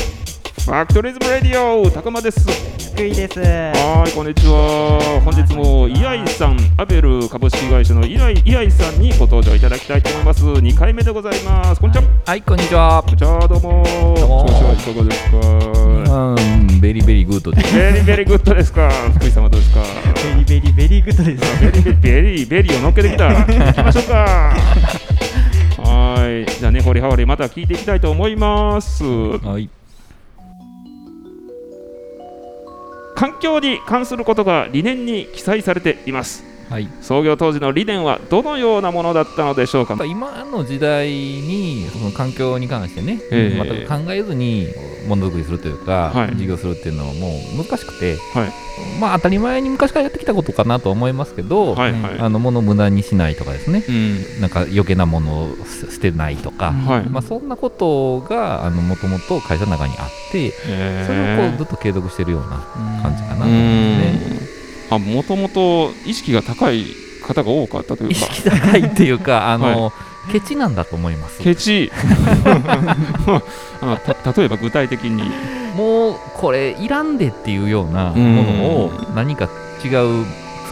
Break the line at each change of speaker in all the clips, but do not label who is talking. ファクトリズムラディオ高間です
福井です。は
はいこんにちは本日もイアイさんアベル株式会社のイアイイアイさんにご登場いただきたいと思います二回目でございますこんにちは、
はい、こんにちは。
こんにちはどうも
うも
調子はいかがですか
うん、ベリーベリーグッドです。
ベリーベリーグッドですか福井様どうですか
ベリベリベリグッドです。
ベリーベリーベリーを乗っけてきた行きましょうか はいじゃあね掘り葉掘りまた聞いていきたいと思います
はい。
環境に関することが理念に記載されています
はい。
創業当時の理念はどのようなものだったのでしょうか
やっぱ今の時代にその環境に関してね、
ええ
全く考えずにものづくりするというか、
はい
事業するっていうのはもう難しくて、
はい
まあ当たり前に昔からやってきたことかなと思いますけど、
はい
うん
はい
あの物を無駄にしないとかですね、
うん
なんか余計なものを捨捨てないとか、
はい
まあそんなことがあのもともと会社の中にあって、それをこうずっと継続してるような感じかなと思いますね。
あもともと意識が高い方が多かったという
意
か
識高いっていうか、あの、ケチなんだと思います。
ケチ あた例えば具体的に
もうこれいらんでっていうような
うん
ものを何か違う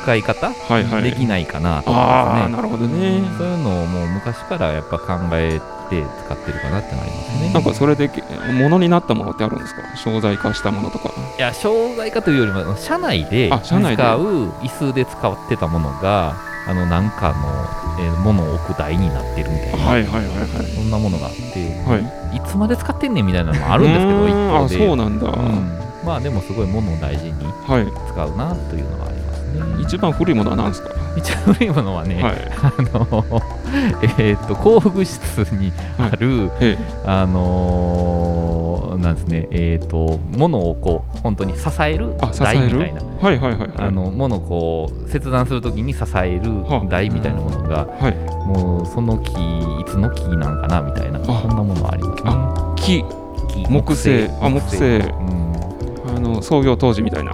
使い方、
はいはい
できないかなと思い
ああ
ま
なるほど
すね
ね。
そういうのをもう昔からやっぱ考えて使ってるかなってのありますね。
なんかそれでけ物になったものってあるんですか商材化したものとか
いや障害化というよりも社内で
あ社
使う
内で
椅子で使ってたものがあのなんかの、えー物を置く台になってるみたいな、
はいはいはいは
そんなものがあって
いはい
いつまで使ってんねんみたいなのもあるんですけ
う
ど
ー
一
ん
方
あ
で
そうなんだ、
うんまあでもすごい物を大事に
は
使うなというのはありますね
い一番古いものは何ですか、
一番古いものはね、
はい
あのえっと幸福室にある、
え
あのーなんですねえっ、と物をこう本当に支える
あ支
台
え
み
る
たいな
はいはいはいはい
あの物をこう切断するときに支え
は
る台みたいなものが、
はい
もうその木いつの木なんかなみたいな
あ
そんなものはありま
木
すね木
木製あ木製
うん
あの創業当時みたいな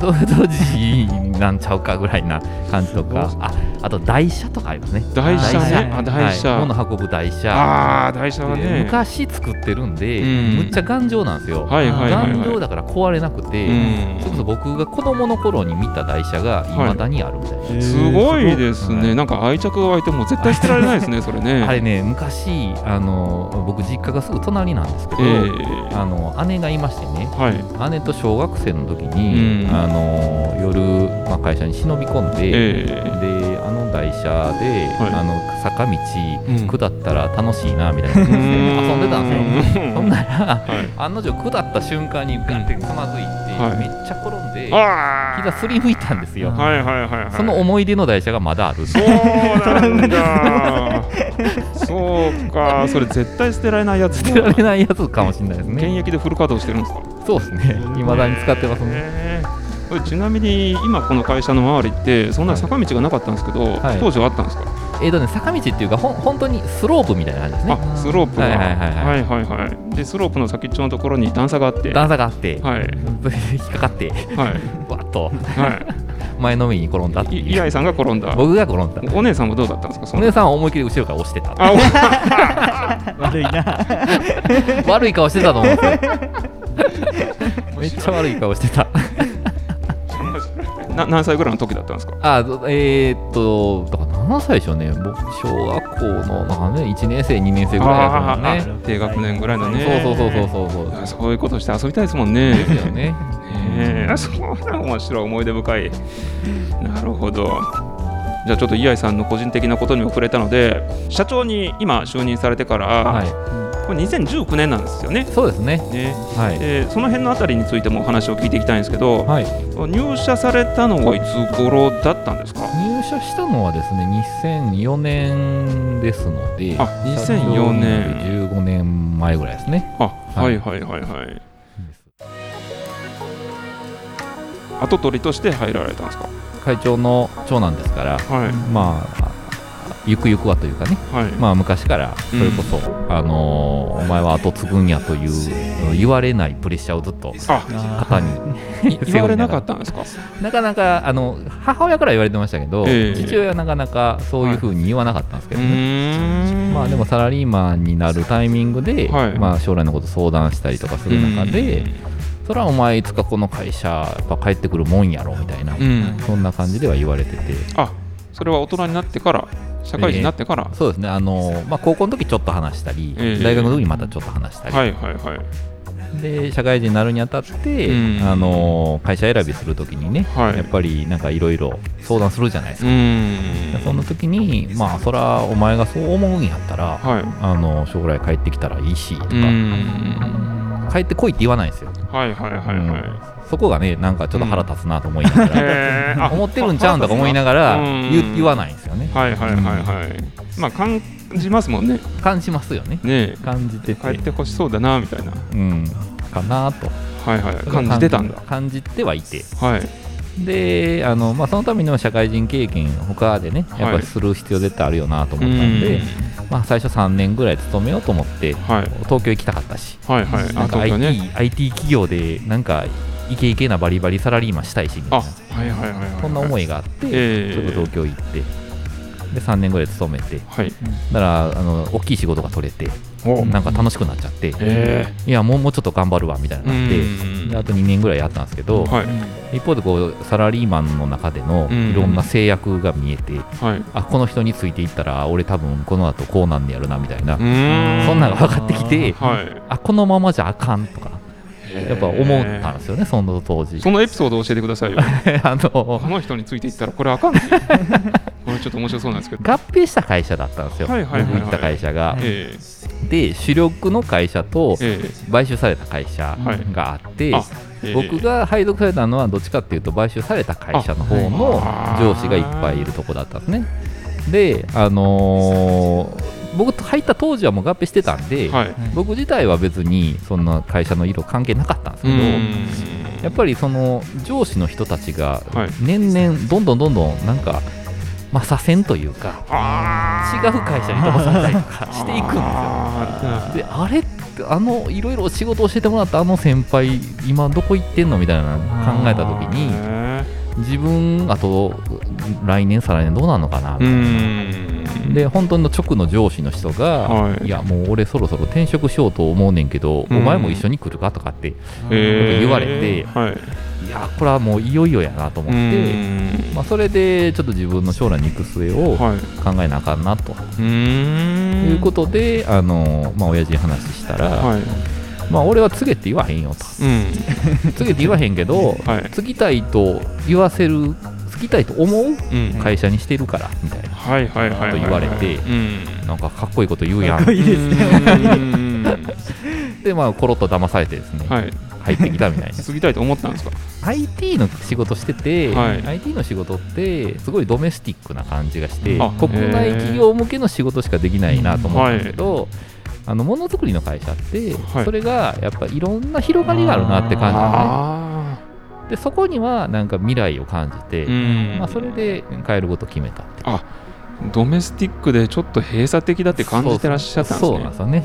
そういう当時なんちゃうかぐらいな感じとか、ああと台車とかありますね。
台車
台
ね
車
あ台
はい、
車、
物運ぶ台車。
ああ台車は
で
ね
昔作ってるんで、
うん
むっちゃ頑丈なんですよ。
はいはいはい
頑丈
は
だから壊れなく
い
て、
うん
それこそ僕が子供の頃に見た台車がいまだにあるみたいな。
すごいです
は
ね
い
なんか愛着が湧いてもう絶対捨てられないですねそれね
あれね昔あの僕実家がすぐ隣なんですけど、
ええ
あの姉がいましてね
はい
姉と小学生の時に、
うん
あの夜、まあ、会社に忍び込んで、
ええ
であの台車で、
はい
あの坂
うん
道下ったら楽しいなみたいな感じで遊んでたんですよ。
すよ
そんなら
はい
案の定下った瞬間にガンってつまずいて、
はい
めっちゃ転んで
ああ
膝すりむいたんですよ。
はいはいはいはい
その思い出の台車がまだある。
そうなんだそうかそれ絶対捨てられないやつ
捨てられないやつかもしれないです
現
ね。
役でフル稼働してるんですか
そうですね。未だに使ってますね。
へーこれちなみに今この会社の周りってそんな坂道がなかったんですけど、
はい
当時はあったんですか、
えっ、とね坂道っていうかほん本当にスロープみたいな感じですね。
あスロープが
はいはいはいはい
はいはいでスロープの先っちょのところに段差があって
段差があって、
はい
それで引っかかって
はい
わっと
は
前のめりに転んだって
い
い。
いう イライさんが転んだ
僕が転んだ。
お姉さんはどうだったんですかそ
お
の
姉さんは思いっきり後ろから押してた。
あお
悪いな。
悪い顔してたと思うんですよ。めっちゃ悪い顔してた。
な何歳ぐらいの時だったんですか
あ、どえーっと、だから何歳でしょうね。僕、小学校の、なんかね、1年生、2年生ぐらいだったんですね。
ね
低学年ぐらいのね
そうそうそうそうそうそう。
あそういうことして遊びたいですもん ね
ですよね。
ねえあそうなん面白い思い出深いなるほどじゃあちょっとイアイさんの個人的なことにも触れたので社長に今就任されてから、
は
これ2019年なんですよね
い。そうですね。
ね
はい。
でその辺のあたりについてもお話を聞いていきたいんですけど、
はい、
入社されたのはいつ頃だったんですか
入社したのはですね、2004年ですので、
あ2004年
15年前ぐらいですね。
あは
はいい
はいはいはい跡取りとして入られたんですか
会長の長男ですから、
はい
まあ、ゆくゆくはというかね、
はい
まあ、昔からそれこそ、あのーお前は後継ぐんやという言われないプレッシャーをずっと
あ
肩に
い言われなかったんですか
なかなかあの母親から言われてましたけど、
ええ
父親はなかなかそういうふうに言わなかったんですけ
う
どね、
ーん
まあ、でもサラリーマンになるタイミングで、
はい
まあ、将来のこと相談したりとかする中で、それはお前いつかこの会社やっぱ帰ってくるもんやろみたいな、
うんうん
そんな感じでは言われてて
あそれは大人になってから社会人になってから、
そうですねあの、まあ、高校の時ちょっと話したり、
ええ
大学の時にまたちょっと話したり、
はいはいはい
で社会人になるにあたって、
うん
あの会社選びする時にね、
はい
やっぱりなんかいろいろ相談するじゃないですか
うーん
そんな時にまあそらお前がそう思うんやったら、
はい
あの将来帰ってきたらいいしと
う
か、
ん
帰ってこいって言わないんですよ、
はいはいはいはい、
うんそこがねなんかちょっと腹立つなと思いながら、
へーあ
思ってるんちゃうんとか思いながら
うん
言言わないんですよね
はいはいはいはいまあ感じますもんね
感じますよね
ね
感じて
え帰
て
ってほしそうだなみたいな
うんかなと
はいはい感じてたんだ
感じてはいて
はい
であの、まあ、そのためにも社会人経験他でねやっぱ
はい
りする必要絶対あるよなと思ったんで、まあ、最初3年ぐらい勤めようと思って
はい
東京行きたかったし
はいはいあ
なんか
東
IT,、
京ね
IT 企業でなんかイケイケなバリバリサラリーマンしたいしみた
あ
いな
はいはいはいはい
そんな思
い
いがあって、
ええ
ちょっと東京行ってで3年ぐらい勤めてだ
はい
からあの大きい仕事が取れて
お
なんか楽しくなっちゃって、
え
いやもうもうちょっと頑張るわみたいに
えう
なって、
ん
であと2年ぐらいやったんですけど、
はい
一方でこうサラリーマンの中での
うん
いろんな制約が見えて、
はい
あこの人についていったら俺多分この後こうなんねやるなみたいな、
うーん
そんなんが分かってきて
はい
あこのままじゃあかんとかやっぱ思ったんですよね、その当時。
そのエピソードを教えてくださいよ
あ
こ
の
の人についていったらこれあかんですよこれちょっと面白そうなんですけど
合併した会社だったんですよ、
はいはいはいはい
僕行った会社が。
え
で、主力の会社と
ええ
買収された会社があって、
えあええ
僕が配属されたのは、どっちかっていうと、買収された会社の方の
あ
上司がいっぱいいるとこだったんですね。で、あのー僕入った当時はもう合併してたんで、
はい
僕自体は別にそんな会社の色関係なかったんですけど、やっぱりその上司の人たちが
はい
年々どんどんどんどんなんか、まあ、左遷というか違う会社に飛ばされたりとかしていくんですよ。
あ
であれってあのいろいろ仕事教えてもらったあの先輩今どこ行ってんのみたいなの考えた時に自分あと来年再来年どうなるのかな
うーん
で本当の直の上司の人が、
はい
い、やもう俺そろそろ転職しようと思うねんけど、
うん
お前も一緒に来るかとかって
ええ
言われて
はい
いやこれはもういよいよやなと思
う
って。
ーん
まあ、それでちょっと自分の将来の行く末を考
はい
えなあかんなと
うーん
いうことで、あのまあ親父に話したら、
はい
まあ、俺は告げって言わへんよと
うん
告げって言わへんけど、
はい
継ぎたいと言わせる継ぎたいと思う
うん
会社にしてるからみたいな、
はいはいはいはい
と言われて
うん
なんかかっこいいこと言うや
かっこ
ん
いいですね。
でまあコロッと騙されてですね、
はい
入ってきたみた いな
過ぎたいと思ったんですか
IT の仕事してて、
はい
IT の仕事ってすごいドメスティックな感じがして
あ
国内企業向けの仕事しかできないなと思ったんですけど、あのものづくりの会社って、
はい
それがやっぱいろんな広がりがあるなって感じな
あ
んですねでそこにはなんか未来を感じて、
あうん
まあ、それで変えることを決めたって
ドメスティックでちょっと閉鎖的だって感じてらっしゃったんです
そ
ね
うなんですよね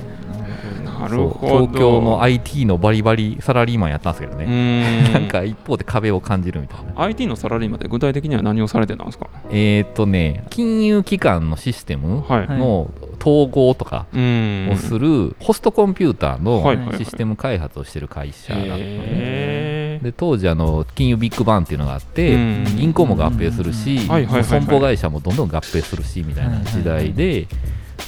な
そ
る
う
ほど
東京の IT のバリバリサラリーマンやったんですけど
う
ね、
ーん
なんか一方で壁を感じるみたいな
IT のサラリーマンって具体的には何をされてたんですか
えーっとね金融機関のシステム
はい、
はい
の統合とか
うーん
をする、ホストコンピューター
はいはいは
の
い
システム開発をしてる会社だったのね、
へー
で当時あの金融ビッグバンっていうのがあって、
うん
銀行も合併するし、
んはいはいはいはい
損保会社もどんどん合併するしみたいな時代で、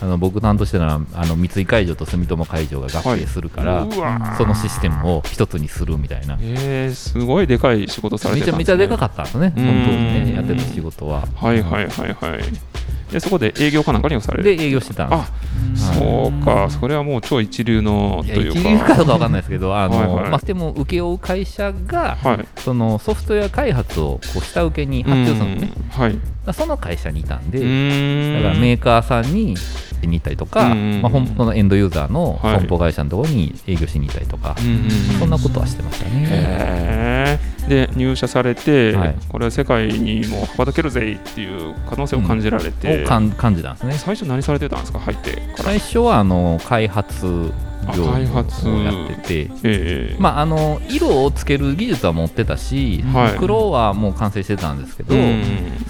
あの僕担当してたのはあの三井会場と住友会場が合併するから、
うわー
そのシステムを一つにするみたいな、
えー、すごいでかい仕事され
め
て
ちゃ
たん
め
で
ちゃ
す、ね、
でかかったんですね、その当時
うん
ねやってた仕事は。
はいはいはいはいでそこで営業かなんかにもされる
で営業してたんです
あそうかそれはもう超一流の
いや
とい
一
う
流
か
かどうかわかんないですけど、あの
はいはい
まあ、でも請け負う会社が、
はい
そのソフトウェア開発をこう下請けに発注するのね、だか
うんはい
らその会社にいたんで、だ
だ
からメーカーさんに行ったりとか、
うん
まあ、本当のエンドユーザーの
はい
損保会社のところに営業しに行ったりとか、
うんうんうん
そんなことはしてましたね。
へえで入社されて、
はい
これは世界にもう羽ばたけるぜっていう可能性を感じられて、
を感感じたんですね
最初何されてたんですか入ってから、
最初はあの開発業
あ開発
をやってて
ええ
まあ、あの色をつける技術は持ってたし、
はい
黒はもう完成してたんですけど、
うん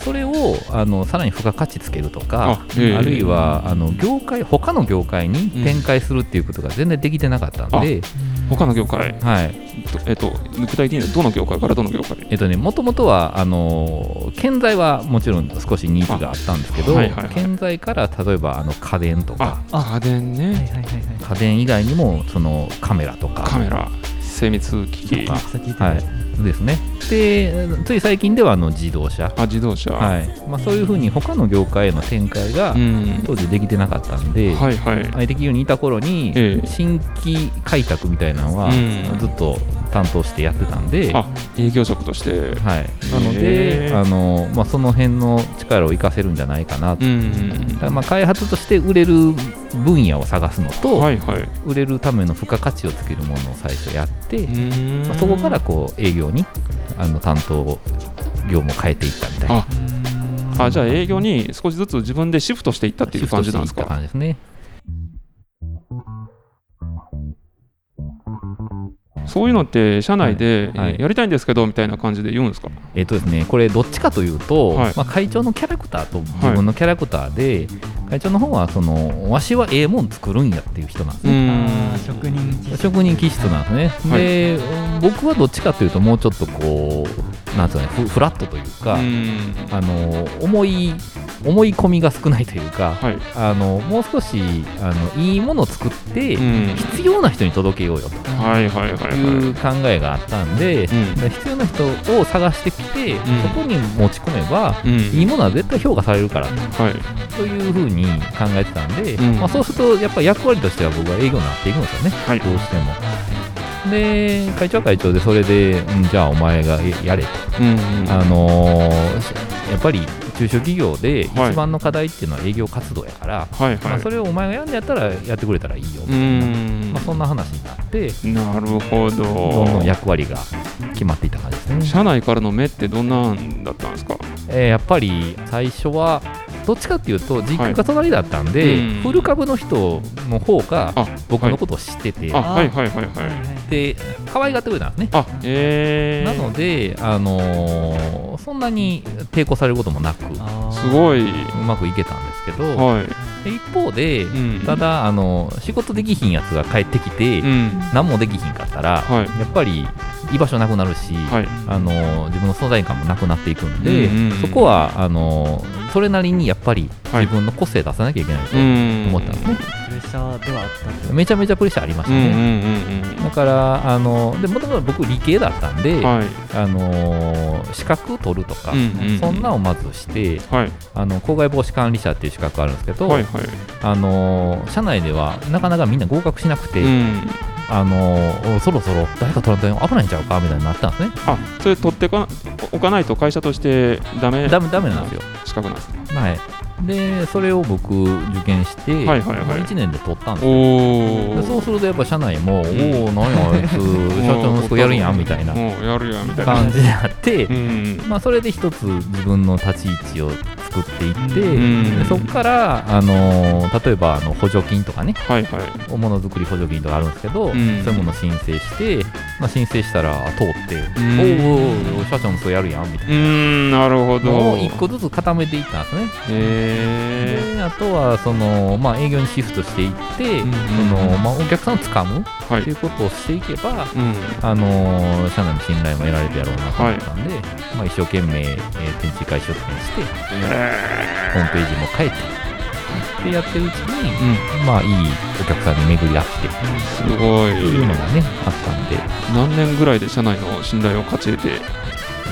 それをあのさらに付加価値つけると
あ、
か
ええ
あるいはあの業界他の業界に展開するっていうことが全然できてなかったんで、
他の業界、
はい
とえっと、具体的にはどの業界からどの業界
えっとね、もともとはあの建材はもちろん少しニーズがあったんですけど、
あはいはいはい
建材から例えばあの家電とか
あ家電ね、
はいはいはいはい
家電以外にもそのカメラとか
カメラ精密機器
あ
さっき言ってた
はい、ですねでつい最近ではあの自動車、
あ自動車、
はいまあ、そういうふうに他の業界への展開が
うん、
当時できてなかったんで、
はいはい
IT 企業にいた頃に
ええ
新規開拓みたいなのは
うん
ずっと担当してやってたんで、
あ営業職として
はい、なの
へ
で
え
あの、まあ、その辺の力を生かせるんじゃないかなと、
うん
だからまあ開発として売れる分野を探すのと、
はいはい
売れるための付加価値をつけるものを最初やって、
うん
まあそこからこう営業にあの担当業務を変えていったみたいな
ああじゃあ営業に少しずつ自分でシフトしていったっていう感じなんです
シフトしていった
か
感じですね
そういうのって社内で、
はいはい
えーやりたいんですけどみたいな感じで言うんですか
えっとですね、これどっちかというと、
はい
まあ、会長のキャラクターと自分のキャラクターで、会長の方はそのわしはええもん作るんやっていう人なんですね、
あー職人気質
職人気質なんですね、
はい
で僕はどっちかというともうちょっとこうなんつうのフフラットというか、
うん
あの思い思い込みが少ないというか、
はい
あのもう少しあのいいものを作って、
うん
必要な人に届けようよと
はいはいはいはい
いう考えがあったんで、
うん
必要な人を探してきて、
ん
そこに持ち込めば、
うん
いいものは絶対評価されるから
はい
というふうに考えてたんで、
うん
まあ、そうするとやっぱ役割としては僕は営業になっていくんですよね、
はい
どうしても。で会長は会長でそれで、うんじゃあお前がやれと、
うん
あのーやっぱり中小企業で一
はい
番の課題っていうのは営業活動やから、
はい
ま
は
あ、
い
それをお前がやんでやったらやってくれたらいいよ、
うん
まあ、そんな話になって
なるほ
どんどん
ど
役割が決まっていった感じですね。
社内からの目ってどんなんだったんですか
えーやっぱり最初はどっちかっていうと実家が隣だったんで、
はいうん
フル株の人の方が
あ
僕のことを知ってて、
あは
はいい
はいはい
はいは
はいい
で可愛がってくれたんですね。
あえ
な
ー、
ので、あのーそんなに抵抗されることもなくう
あー
すごい
まくいけたんですけど、
はい
で一方で、
うん
ただ、あのー仕事できひんやつが帰ってきて、
うん
何もできひんかったら、
はい
やっぱり居場所なくなるし、
はい
あの自分の存在感もなくなっていくんで、
うんうんうん
そこはあのそれなりにやっぱり
はい
自分の個性出さなきゃいけないと
うん
思ったんですね、
プレッシャーではあったって
めちゃめちゃプレッシャーありまし
う
た
んうん
ね、
うん
だからあのでもともと僕理系だったんで、
うんはい
あの資格取るとか、
うんうん
そんなんをまずして
はい
あの公害防止管理者っていう資格があるんですけど、
はいはい
あの社内ではなかなかみんな合格しなくて、
うん
あのそろそろ誰か取らんと危ないんちゃうかみたいになったんですね
あそれ取ってかおかないと会社としてダメ
ダメダメなんですよ
資格なんですね
はい、でそれを僕受験して、
はいはいはい
1年で取ったんですよ
お
で
お
そうするとやっぱ社内も、
ん
おお何やあいつ社長の息子やるんやみたいな
もうやるやんみたいな
感じになって、
うん
まあ、それで一つ自分の立ち位置を作っていって、
うん
でそこから、あのー例えばあの補助金とかね
はいはい
おものづくり補助金とかあるんですけど、
ん
そういうものを申請して、まあ、申請したら通って、
ん
おーおーおー社長の息子やるやんみたいうな。
んなるほ
も
ど
う一個ずつ固めていったんですね。
へえ
であとはその、まあ、営業にシフトしていって、
うん
そのまあ、お客さんをつかむっ
はい
ていうことをしていけば、
うん
あのー社内の信頼も得られるやろうなと思ったんで、まあ、一生懸命、えー展示会出展してホームページも変えてでやってるうちに、
うん
まあ、いいお客さんに巡り合って
すご
という
い
のがねあったんで
何年ぐらいで社内の信頼を勝ち得て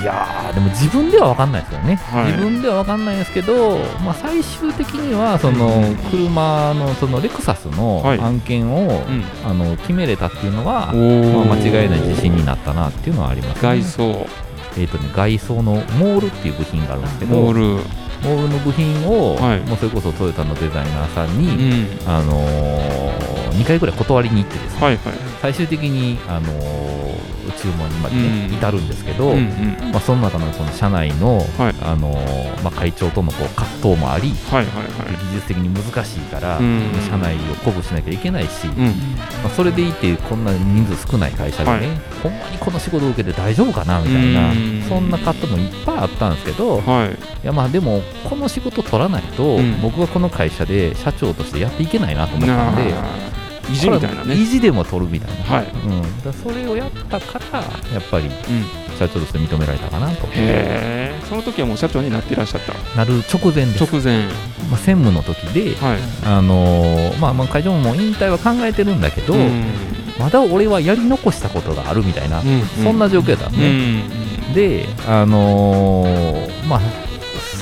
いやーでも自分では分かんないですよね、
はい
自分では分かんないですけど、まあ、最終的にはその車のそのレクサスの
はい
案件を、
ん
あの決めれたっていうのは、ま
お
あ、間違いない自信に
な
なったなっていうのはあります、
外装
えっ、とね外装のモールっていう部品があるんですけど
モ
モール
ール
の部品を、
はい
もうそれこそトヨタのデザイナーさんに、
うん
あのー、2回ぐらい断りに行ってですね、
はいはい
最終的に、あのー注文にまでね、
うん
至るんですけど、
うんうん
まあ、その中のこの社内の,、
はい
あのまあ、会長とのこう葛藤もあり
はいはいは
技術的に難しいから、
うん
社内を鼓舞しなきゃいけないし、
い。うん
まあ、それでいてこんな人数少ない会社でね、
はい
ほんまにこの仕事を受けて大丈夫かなみたいな
うん
そんな葛藤もいっぱいあったんですけど
はい。
いやまあでもこの仕事取らないと、
うん
僕はこの会社で社長としてやっていけないなと思ったんで
なあ意地みたいな
これは意
ね。
地でも取るみたいな、
はい。
うん、だからそれをやったからやっぱり
うん。
社長として認められたかなと
へえ。その時はもう社長になっていらっしゃった。
なる直前です、
直前。
まあ、専務の時で、
はい。
あのーまあ、まあ会長ももう引退は考えてるんだけど、
うん
まだ俺はやり残したことがあるみたいな、
うん
そんな状況やったの
うんう
ね、
ん
で、あのーまあ、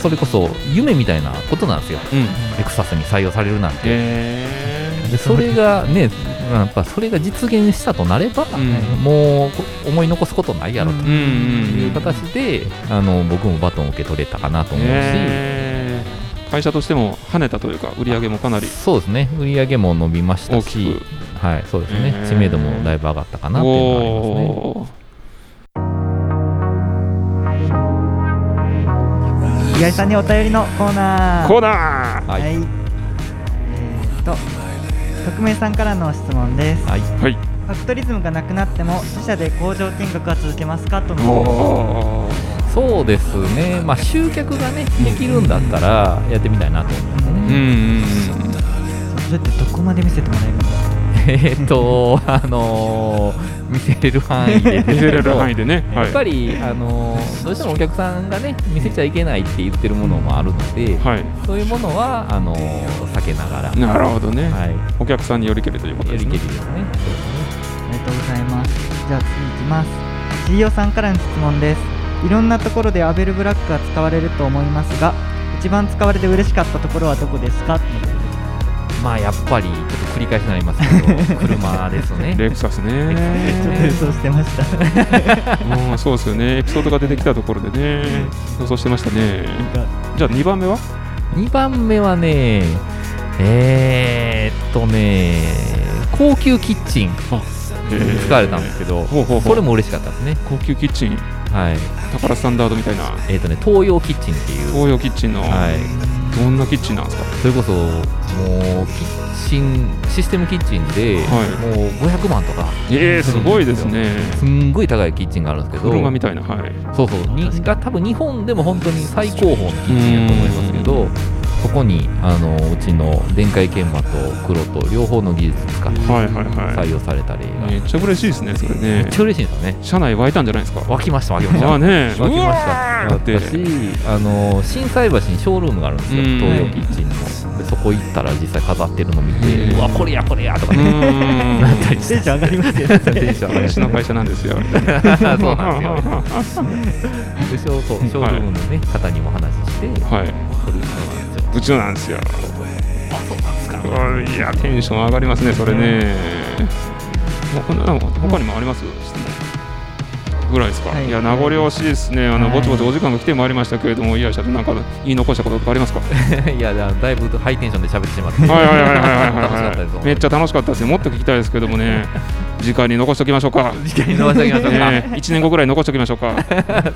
それこそ夢みたいなことなんですよ、
うん。
レクサスに採用されるなんて。
へ
でそれがね、まあやっぱそれが実現したとなれば、
ん
もうこ思い残すことないやろ
え。うん
と
うん。
いう形で、あの僕もバトンを受け取れたかなと思うし、
へえ会社としても跳ねたというか、売り上げもかなり
そうですね、売り上げも伸びました
大き
し
く、。
はい、そうですね
へ、ー
知名度もだいぶ上がったかなっていうのがありますね。
おー
岩井さんにお便りのコーナー
コーナー
は
はいい、えーっと匿名さんからの質問です
はい、
はい。
ファクトリズムがなくなっても自社で工場見学は続けますかとの
おー
そうですね、まあ、集客がね、できるんだったら、やってみたいなと思いますね。
うんうんうん。
それってどこまで見せてもらえるんですか
えーっと、あのー見せれる範囲でですけど、
見せれる範囲でね。は
やっ
い。
ぱり、あのーどうしてもお客さんがね、見せちゃいけないって言ってるものもあるので、
はい。
そういうものはあのー避けながら、は
なるほどね。
い、
お客さんによりけりということ
や
です
りき
ね
り。ですね。
ありがとうございますじゃあ次行きます CEO さんからの質問ですいろんなところでアベルブラックが使われると思いますが一番使われて嬉しかったところはどこですか
まあ、やっぱり、ちょっと繰り返しになりますけ ど、車ですね。
レクサス
ちょっ
ね。
と予想してましたなんか
うん、そうですよね。エピソードが出てきたところでね、予想してましたね。じゃあ2番目は
2番目はね、えー、っとね、高級キッチン使われたんですけ
ほ
ど、
うほうほう
これも嬉しかったですね。
高級キッチン、
はい。
宝スタンダードみたいな、
えー、っとね、東洋キッチンっていう、
東洋キッチンの、
はい。
どんなキッチンなんですか
それこそ、もう、キッチン、システムキッチンで、
は
もう500万とか、
えー、すごいですね。
すんごい高いキッチンがあるんですけど、
車みたいな、はい。
そうそう、にが多分日本でも本当に最高峰のキッチンだと思いますけど、そこにあのうちの電解研磨と黒と両方の技術使って
はいはいは
採用された例が、
い。めっちゃ嬉しいですね、それ
めっ
ね。
ちゃ嬉しいんですよね。
車内湧いたんじゃないですか。
湧きました、湧きました。
まあね、
湧きまし
う
た
わー
だ
っ
ってたし、あの心斎橋にショールームがあるんですよ、
うん
東洋キッチンの。でそこ行ったら実際飾ってるの見
う
て、
ん
うわ、これや、これやとか
う
ね、なった
ーん。
りして
テンション上がりますよ
テンション上がりま
私
す
の会社なんですよ。みたいな
そうなんですよ。でショーそうショールームの、ね、方にも話して、
はい。
これうちのなんですよ
うちのなんですよ。あ、そうなんですか。いや、テンション上がりますね、それね。もうこんなの他にもあります、質問ぐらいですか。、
はいい
や、名残惜しいですね。あの、
はい
ぼちぼちお時間が来てまいりましたけれども、いや、社長、なんか言い残したこととかあります か。はい
いや、だだいぶハイテンションで喋ってしまって、
はいはいはいはい
楽しかっ
は
た
い
です
はい。めっちゃ楽しかったですね。もっと聞きたいですけどもね。次回に残しておきましょう か。
時間に伸ばしておきましょうか、
ええ一年後ぐらい残しておきましょうか。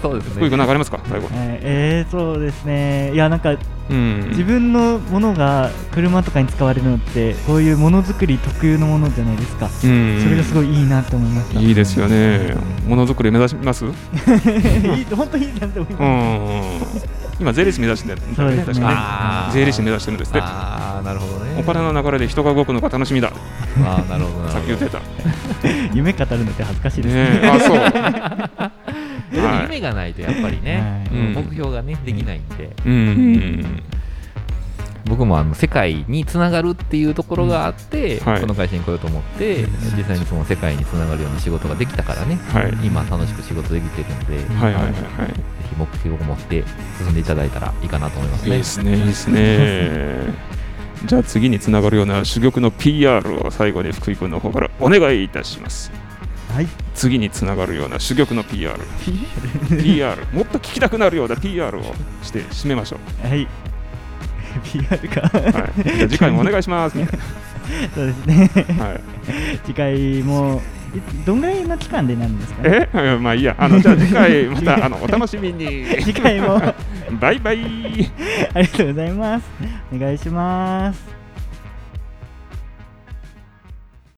そうです
福井
ね
君、なんかありますか、最後。
えー、そうですねいやなんか
うん。
自分のものが車とかに使われるのってこういうものづくり特有のものじゃないですか、
うん
それがすごいいいなと思いました
いいですよね。ものづくり目指します。
いい 本当にいいなと思い
うん
ま
今税理士目指してるんだよ
そうですね
確か
あ
ね
ー
税理士目指してるんですって
ああなるほどね
お金の流れで人が動くのが楽しみだ
あーなるほどなるほど
さっき言ってたね
す 夢語るのって恥ずかしいですね
えあそう
でも
はい
夢がないとやっぱりね、
はいうん
目標がねできないんで、
うんうん
僕もあの世界につながるっていうところがあって、
はい
この会社に来ようと思って、実際にその世界につながるような仕事ができたからね、
はい
今楽しく仕事できてるので、
はいはいはい
ぜ
は
ひ目標を持って進んでいただいたらいいかなと思いま
い
す
いい
ね。
ですねいいですね じゃあ次につながるような珠玉の PR を最後に福井君の方からお願いいたします
はい
次につながるような珠玉の PR PR もっと聞きたくなるような PR をして締めましょ
はい PR か
う、はい、 じゃあ次回もお願いしますみたい
そうですね
なはい
次回もいつどんぐらいの期間でなるんですかね
え うんまあいいやあのじゃあ次回またあのお楽しみに
次回もあ
バイバイ
りがとうございますお願いします